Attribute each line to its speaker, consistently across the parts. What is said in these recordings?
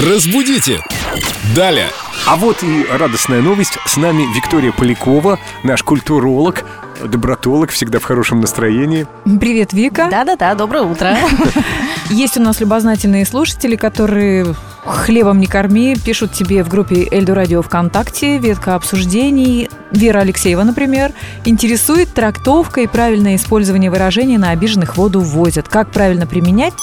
Speaker 1: Разбудите! Далее!
Speaker 2: А вот и радостная новость. С нами Виктория Полякова, наш культуролог, добротолог, всегда в хорошем настроении.
Speaker 3: Привет, Вика.
Speaker 4: Да-да-да, доброе утро.
Speaker 3: Есть у нас любознательные слушатели, которые хлебом не корми, пишут тебе в группе Эльду Радио ВКонтакте, ветка обсуждений. Вера Алексеева, например, интересует трактовка и правильное использование выражения «на обиженных воду возят». Как правильно применять?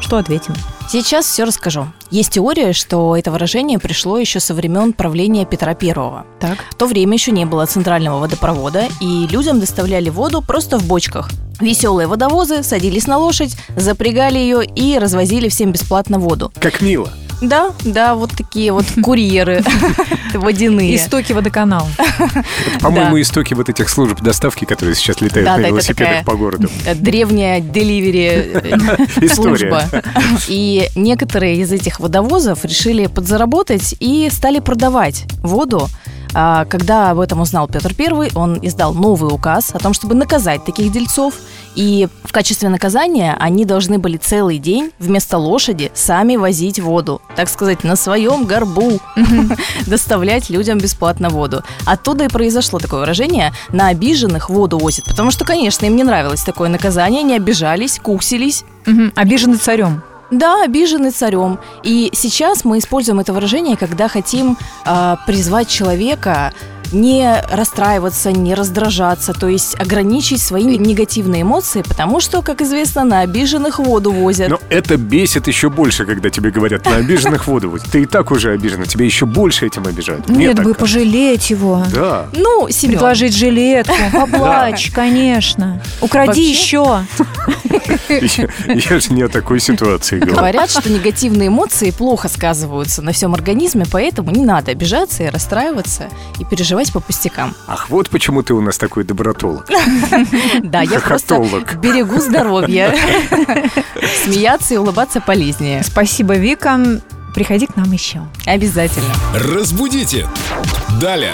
Speaker 3: Что ответим?
Speaker 4: Сейчас все расскажу. Есть теория, что это выражение пришло еще со времен правления Петра Первого.
Speaker 3: Так.
Speaker 4: В то время еще не было центрального водопровода, и людям доставляли воду просто в бочках. Веселые водовозы садились на лошадь, запрягали ее и развозили всем бесплатно воду.
Speaker 2: Как мило.
Speaker 4: Да, да, вот такие вот курьеры водяные.
Speaker 3: Истоки водоканала.
Speaker 2: Это, по-моему, истоки вот этих служб доставки, которые сейчас летают
Speaker 4: Да,
Speaker 2: на
Speaker 4: да, это
Speaker 2: велосипедах
Speaker 4: такая-
Speaker 2: по городу.
Speaker 4: Э, Древняя деливери служба.
Speaker 2: История.
Speaker 4: И некоторые из этих водовозов решили подзаработать и стали продавать воду. А, Когда об этом узнал Петр Первый, он издал новый указ о том, чтобы наказать таких дельцов. И в качестве наказания они должны были целый день вместо лошади сами возить воду. Так сказать, на своем горбу доставлять людям бесплатно воду. Оттуда и произошло такое выражение «на обиженных воду возит». Потому что, конечно, им не нравилось такое наказание, они обижались, куксились.
Speaker 3: Мгм. Обижены царем.
Speaker 4: Да, обижены царем. И сейчас мы используем это выражение, когда хотим а, призвать человека не расстраиваться, не раздражаться, то есть ограничить свои негативные эмоции, потому что, как известно, на обиженных воду возят.
Speaker 2: Но это бесит еще больше, когда тебе говорят на обиженных воду. возят». Ты и так уже обижена, тебя еще больше этим обижают. Мне
Speaker 3: Нет
Speaker 2: так
Speaker 3: бы
Speaker 2: кажется.
Speaker 3: пожалеть его.
Speaker 2: Да.
Speaker 4: Ну, Семен,
Speaker 3: Предложить жилетку, поплачь, конечно. Укради
Speaker 4: Вообще-
Speaker 3: еще.
Speaker 2: Я я же не о такой ситуации говорю.
Speaker 4: говорят, что негативные эмоции плохо сказываются на всем организме, поэтому не надо обижаться и расстраиваться и переживать по пустякам.
Speaker 2: Ах, вот почему ты у нас такой добротолог.
Speaker 4: Да, я просто
Speaker 2: Хохотолог.
Speaker 4: берегу здоровье. Смеяться и улыбаться полезнее.
Speaker 3: Спасибо, Вика. Приходи к нам еще.
Speaker 4: Обязательно.
Speaker 1: Разбудите! Далее!